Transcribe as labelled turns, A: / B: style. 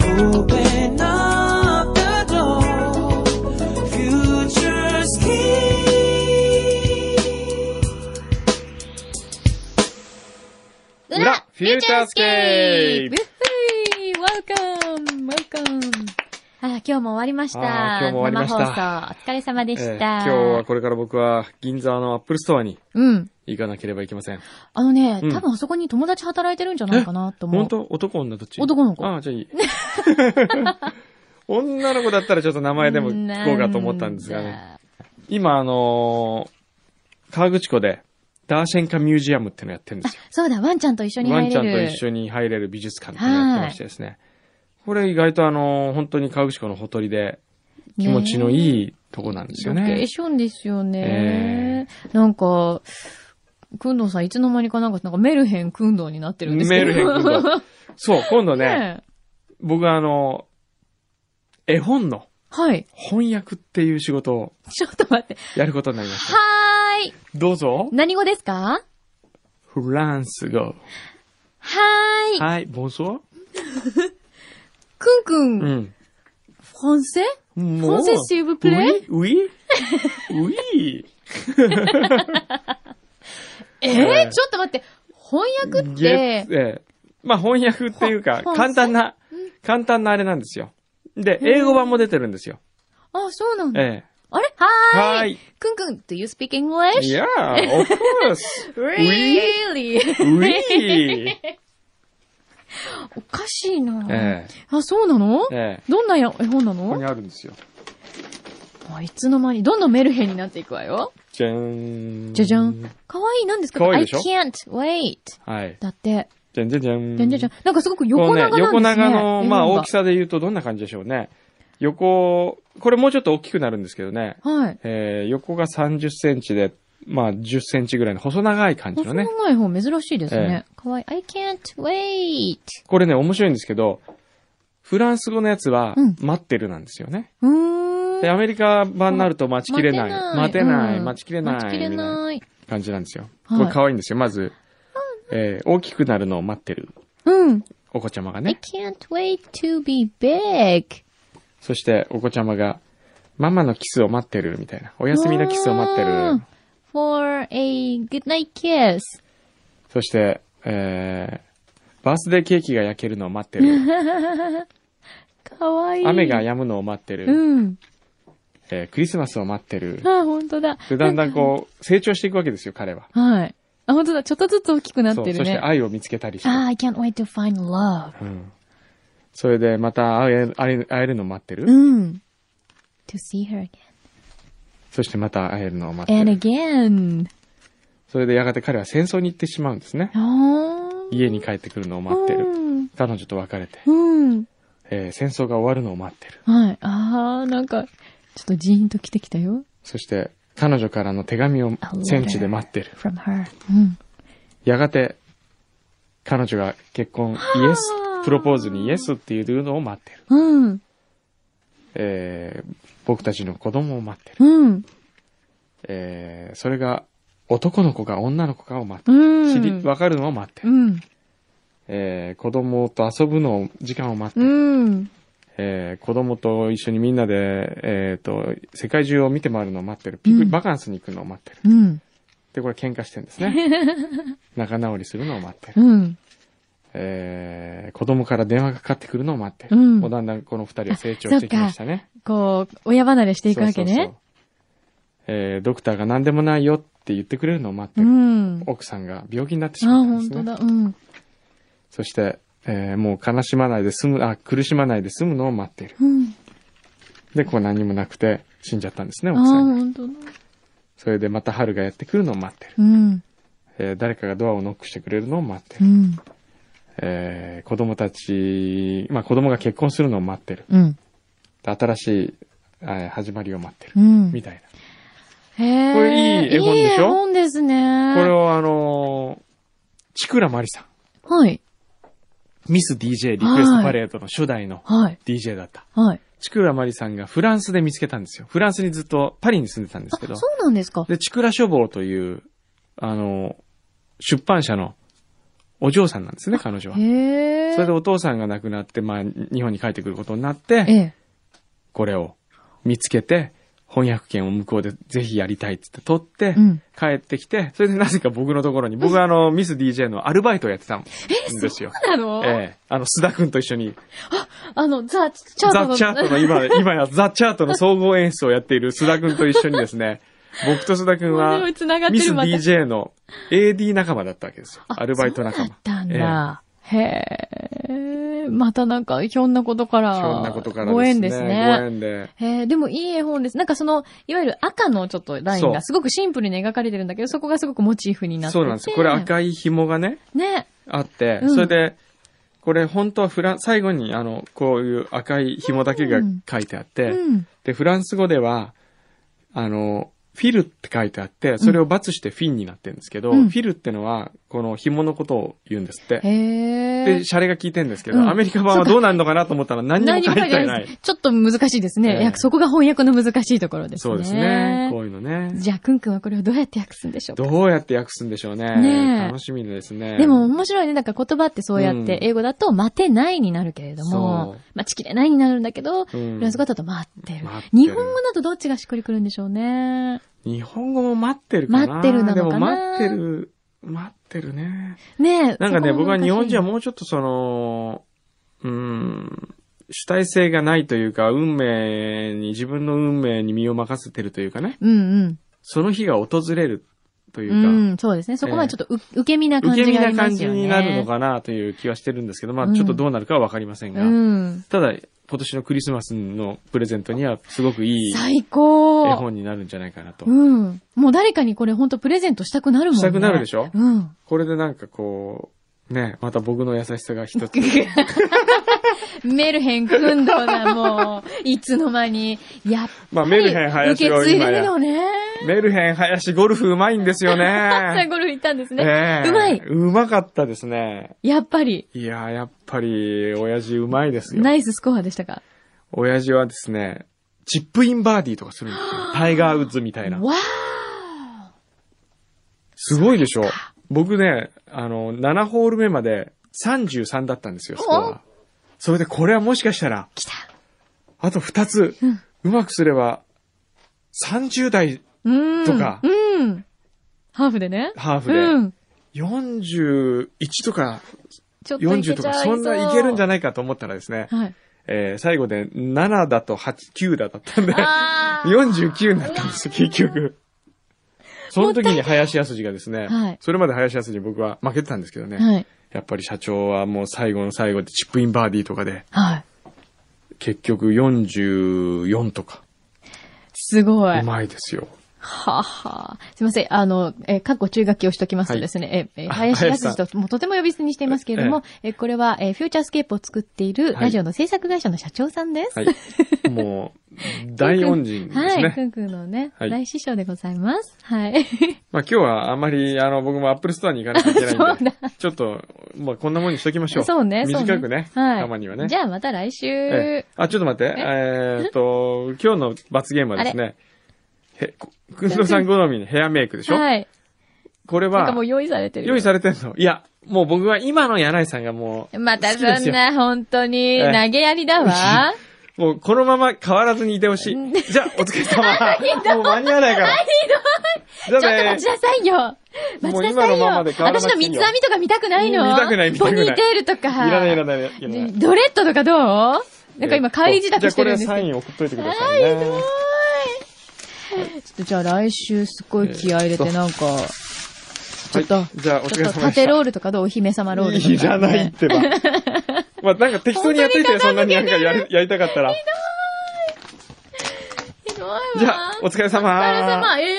A: Open up the door. Future's key.
B: 裏フューチャースケープ
C: ウッフー !Welcome! Welcome! あー、今日も終わりました。
B: あー今日も終わりました
C: 生放送、お疲れ様でした。
B: えー今日はこれから僕は銀座のアップルストアに
C: うん。
B: 行かなければいけません。
C: あのね、
B: うん
C: 多分あそこに友達働いてるんじゃないかなと思う。
B: 本当男女どっち
C: 男の子
B: ああ、じゃあいい。 女の子だったらちょっと名前でも聞こうかと思ったんですがね。
C: なんだ。
B: 今あのー河口湖でダーシェンカミュージアムってのやってるんですよ。
C: そうだ、ワンちゃんと一緒に
B: ワ
C: 入れ
B: ン
C: る。
B: ちゃんと一緒に入れる美術館ってのやってましてですね。これ意外とあのー本当に河口湖のほとりで気持ちの
C: い
B: いいとこなんですよ
C: ロケ
B: ね
C: ー。ションですよね。なんか、くんどうさんいつの間にかなんか、なんかメルヘンくんどうになってるんですけ
B: メ
C: ど
B: ール変更だ そう、今度ね、
C: ねえ
B: 僕はあのー絵本の
C: はい。
B: 翻訳っていう仕事を
C: ちょっと待って。
B: やることになりました。
C: はーい。
B: どうぞ。
C: 何語ですか
B: フランス語。
C: はーい。
B: はい、ボンソ
C: くんくん、フ
B: ワうん。
C: ランセフ
B: も
C: ランセシーブプレイ
B: ウィ ウィウィ
C: え
B: え
C: ー、
B: ー
C: ちょっと待って。翻訳っ
B: ゲッ
C: て
B: ツ、ええまあ翻訳っていうか、
C: ほ
B: 簡単な
C: うん、
B: 簡単なあれなんですよ。で、
C: へー
B: 英語版も出てるんですよ。
C: あ、そうなんだ。
B: え
C: あれは
B: え。
C: ーい。
B: はーい。
C: くんくん、do you speak English?
B: Yeah, of course.
C: Really?
B: ウィ
C: おかしいな、
B: ええ。
C: あ、そうなの
B: ええ。
C: どんなや絵本な
B: ここ
C: の
B: にあるんですよ。
C: あいつの間に、どんどんメルヘンになっていくわよ。
B: じゃーん。
C: じゃじゃん。。かわいい、なんですか
B: かわいいでしょ
C: ?I can't wait.
B: はい。
C: だって、
B: じゃんじゃんじゃん。
C: じゃんじゃんじゃん。なんかすごく横
B: こうね
C: 長なんですね。
B: 横長の、ま
C: 絵
B: あ
C: 本が
B: 大きさで言うとどんな感じでしょうね。横、これもうちょっと大きくなるんですけどね。
C: はい。
B: えー横が30センチで、まあ10センチぐらいの細長い感じ
C: 細
B: のね。
C: 長い本珍しいですね。かわいい。I can't wait.
B: これね、面白いんですけど、フランス語のやつは
C: うん、
B: 待ってるなんですよね。
C: うーん。
B: で、アメリカ版になると待ちきれない。待
C: 待
B: て
C: てな
B: ないい、
C: うん
B: 待ちきれない。
C: 待ちきれない。
B: みたいな感じなんですよ。こ
C: はい
B: れ可愛いんですよ。まず、えー大きくなるのを待ってる
C: うん。
B: お子ちゃまが
C: I
B: ね。
C: can't wait to be big.
B: そして、お子ちゃまが、ママのキスを待ってるみたいな。お休みのキスを待って
C: う
B: る
C: ん。for a good night kiss.
B: そして、えー、バースデーケーキが焼けるのを待って る。
C: かわいい。
B: 雨が止むのを待ってる。
C: うん。
B: えークリスマスを待ってる。
C: あ、ほんとだ。
B: で、だんだんこう、成長していくわけですよ、彼は。
C: はい。あ、ほんとだ。ちょっとずつ大きくなっ
B: そ
C: て
B: う。
C: る
B: そして
C: ね。
B: 愛を見つけたりして。
C: あ、I can't wait to find love.
B: うん。それで、また会え会える会えるのを待ってる。
C: うん。to see her again.
B: そしてまた会えるのを待って
C: and
B: る。
C: again.
B: それでやがて彼は戦争に行ってしまうんですね。家に帰ってくるのを待って
C: う
B: る。
C: ん。
B: 彼女と別れて、
C: うん。
B: えー戦争が終わるのを待ってる。
C: はい。あー、なんか、ちょっとジーンと来てきたよ。
B: そして、彼女からの手紙を
C: letter
B: 戦地で待ってる。
C: from her. うん。
B: やがて、彼女が結婚、イエス、プロポーズにイエスっていうのを待ってる。
C: うん。
B: えー僕たちの子供を待ってる。
C: うん。
B: えーそれが、男の子か女の子かを待ってる。
C: うん。
B: 知り、わかるのを待って
C: う
B: る。
C: ん。
B: えー子供と遊ぶのを、時間を待って
C: う
B: る。
C: ん。
B: えー子供と一緒にみんなで、えっ、と、世界中を見て回るのを待ってる。ピク、
C: うん
B: バカンスに行くのを待って
C: う
B: る。
C: ん。
B: で、これ喧嘩してるんで すね。仲直りするのを待ってる。
C: うん。
B: えー子供から電話がかかってくるのを待ってる。
C: うん
B: もうだんだんこの二人は成長してきましたね。
C: こう、親離れしていくわけ
B: そうそう
C: ね
B: そう。えードクターが何でもないよって言ってくれるのを待って
C: う
B: る。
C: ん。あ、
B: 奥さんが病気になってしまったんで
C: 本
B: す
C: 当
B: ね。
C: だ。うん。
B: そして、えーもう悲しまないで済む、あ、苦しまないで済むのを待っている。
C: うん。
B: で、こう何もなくて死んじゃったんですね、
C: あ、
B: 奥さんが。
C: 本当だ。
B: それでまた春がやってくるのを待ってる。
C: うん。
B: えー誰かがドアをノックしてくれるのを待って
C: う
B: る。
C: ん。
B: えー子供たち、まあ子供が結婚するのを待ってる。
C: うん。
B: で新しい、えー始まりを待ってる。
C: うん。
B: みたいな。
C: へえ。
B: これいい絵本で
C: い
B: しょ
C: い絵本ですね。
B: これをあのー、チクラマリさん。
C: はい。
B: ミス DJ リクエストパレードの初代の
C: はい。
B: DJ だった。
C: はい。
B: チクラマリさんがフランスで見つけたんですよ。フランスにずっとパリに住んでたんで
C: あ、
B: すけ
C: そう
B: ど。
C: なんですか。
B: で、チクラ書房という、あの、出版社のお嬢さんなんですね、彼女は。
C: へえ。
B: それでお父さんが亡くなって、まあ、日本に帰ってくることになって、
C: ええ。
B: これを見つけて、翻訳権を向こうでぜひやりたいっつって取って、
C: うん
B: 帰ってきて、それでなぜか僕のところに、僕はあの、ミス DJ のアルバイトをやってたんですよ。
C: なの
B: ええ、あの、須田くんと一緒に、
C: あの、ザ・チャート
B: ザ・チャートの 今、今やザ・チャートの総合演出をやっている須田くんと一緒にです ね、僕と須田くんは、
C: つながって
B: ミス
C: るまた
B: DJ の AD 仲間だったわけですよ。
C: あ
B: アルバイト仲
C: そう
B: 間。
C: だったんだ。へえ。またなんか、ひょんなことから。
B: ひょんなことからですね。
C: ご縁です
B: ご
C: ね。
B: 縁で。
C: へえ、でもいい絵本です。なんかその、いわゆる赤のちょっとライン
B: そ
C: が
B: う
C: すごくシンプルに描かれてるんだけど、そこがすごくモチーフになってて。
B: そうなんですよ。これ赤い紐がね、
C: ね。
B: あって、
C: うん
B: それで、これ本当はフラン、最後にあの、こういう赤い紐だけが書いてあって、
C: うん。
B: で、フランス語では、あの、フィルって書いてあって、それを罰してフィンになってるんですけど、
C: うん
B: フィルってのは、この紐のことを言うんですって。
C: へえ
B: で、。シャレが効いてるんですけど、
C: うん
B: アメリカ版はどうなるのかなと思ったら何にも書いて
C: 何も
B: ない。
C: です。ちょっと難しいですね。
B: ええ
C: いやそこが翻訳の難しいところですね。
B: そうですね。こういうのね。
C: じゃあ、くんくんはこれをどうやって訳すんでしょうか
B: どうやって訳すんでしょうね。
C: ねえ
B: 楽しみですね。
C: でも面白いね。なんか言葉ってそうやっ
B: うん
C: て、英語だと待てないになるけれども、
B: そう
C: 待ちきれないになるんだけど、
B: うん
C: フランス語だと待ってる。
B: 待ってる
C: 日本語だとどっちがしっくりくるんでしょうね。
B: 日本語も待ってるかな。
C: 待ってるなのかな
B: でも待ってる、待ってるね。
C: ねえ。
B: なんかね、
C: そこ
B: 僕
C: が
B: は
C: 難しい
B: 日本人はもうちょっとその、うーん、主体性がないというか、運命に、自分の運命に身を任せてるというかね、
C: うん
B: その日が訪れるといううか、
C: ん。うん、そうですね。そこまでちょっとう、受け身な感
B: 受け
C: じ
B: 身
C: があ
B: な
C: りま
B: 感
C: す
B: じ
C: よね。
B: になるのかなという気はしてるんですけど、ま
C: う
B: あ
C: ん
B: ちょっとどうなるかはわかりませんが、
C: うん。
B: ただ、今年のクリスマスのプレゼントにはすごくいい
C: 最
B: 絵
C: 高。
B: 本になるんじゃないかなと。
C: うん。もう誰かにこれ本当プレゼントしたくなるもんね。
B: したくなるでし
C: ょ。
B: ょ
C: うん。
B: これでなんかこう、ね、また僕の優しさが一つ。
C: メルヘンくんどな、もう、いつの間に。やっ
B: まあ、
C: ぱ
B: メ
C: り、
B: ルヘン
C: 受
B: 林
C: け
B: を
C: 継いで
B: 今
C: る
B: や。
C: のね。
B: メルヘン林ゴルフうまいんですよ
C: さあ、
B: ね。
C: ゴルフ行ったんですね。
B: ええ
C: うまいう
B: まかったですね。
C: やっぱり、
B: いやー、やっぱり、親父うまいですよ。
C: ナイススコアでしたか。
B: 親父はですね、チップインバーディーとかするんですよ。タイガーウッズみたいな。
C: わ
B: すごいでしょ。僕ね、あの、7ホール目まで33だったんですよ、スコアがそれでこれはもしかしたら、
C: 来た
B: あと2つ、
C: うん
B: うまくすれば、30
C: ー
B: 代
C: うん。
B: とか
C: うん。ハーフでね。
B: ハーフで、
C: うん。
B: 41とか
C: ちょっといけ
B: 40
C: ち
B: と
C: ゃ
B: か、そんないけるんじゃ
C: ない
B: ないかと思ったらですね、
C: はい。
B: えー最後で7だと8、9だだったんで、
C: あー
B: 49になったんですよ、結局。その時に林康二がですね、
C: はい
B: それまで林康二僕は負けてたんですけどね、
C: はい。
B: やっぱり社長はもう最後の最後でチップインバーディーとかで、
C: はい。
B: 結局44とか、
C: すごい。
B: うまいですよ。
C: はあはあすいません。あの、えー、過去注意書きをしておきますとですね、えーえー
B: あ
C: 林
B: 林さ
C: 康
B: ん
C: 二と、もうとても呼び捨てにしていますけれども、えーこれは、えーフューチャースケープを作っている
B: はい
C: ラジオの制作会社の社長さんです。
B: はい。もう、大恩人で す
C: はい、く
B: ね。
C: んくんのね、
B: はい
C: 大師匠でございます。はい。
B: まあ今日はあんまり、あの、僕もアップルストアに行かなきゃいけないんで
C: そ、
B: ちょっと、まあこんなもんにしときましょう。
C: そうね、そう
B: 短くね、
C: はい。
B: たまにはね。
C: じゃあまた来週。
B: ええあ、ちょっと待って。えーっと、今日の罰ゲームはですね、へ、こくんどうさん好みのヘアメイクでしょ、
C: はい。
B: これ
C: なんか
B: は
C: もう、用意されてる。
B: 用意されてんのいや、もう僕は今の柳井さんがもう、
C: また
B: 好きで
C: そ
B: す
C: ん
B: よ
C: な、本当に、
B: ええ
C: 投げやりだわ。
B: もうこのまま変わらずにいてほしい。じゃあ、お疲 れ様。もう間に合わないから。
C: ちょっ
B: じ
C: と
B: ゃあね
C: 待ちなさいよ待
B: も
C: ち
B: う
C: な
B: 今
C: さ
B: の
C: いよ
B: ままで変わらな
C: 私
B: くてい
C: の
B: い
C: 三
B: よ
C: つ編みとか見たくないの
B: 見たくない見たくない
C: ポニーテールとか。
B: いらないいらないいらないいらない。
C: ドレッドとかどうなんか今帰り支度してるんです
B: じゃあこれはサイ
C: けど。
B: ン送っといてくださいね。
C: ちょっとじゃあ来週すごい気合い入れてなんか、ちょっと、
B: はいじゃあお疲
C: ち
B: れ
C: ょ
B: 様でし
C: ったと縦ロールとかどうお姫様ロールとか、
B: いらないっ。てば。 まあなんか適当にやっといてよ、そんなになんかやりやりたかったら。
C: ひどいわ。
B: じゃあ、お疲れ様。
C: お疲れ様。ええ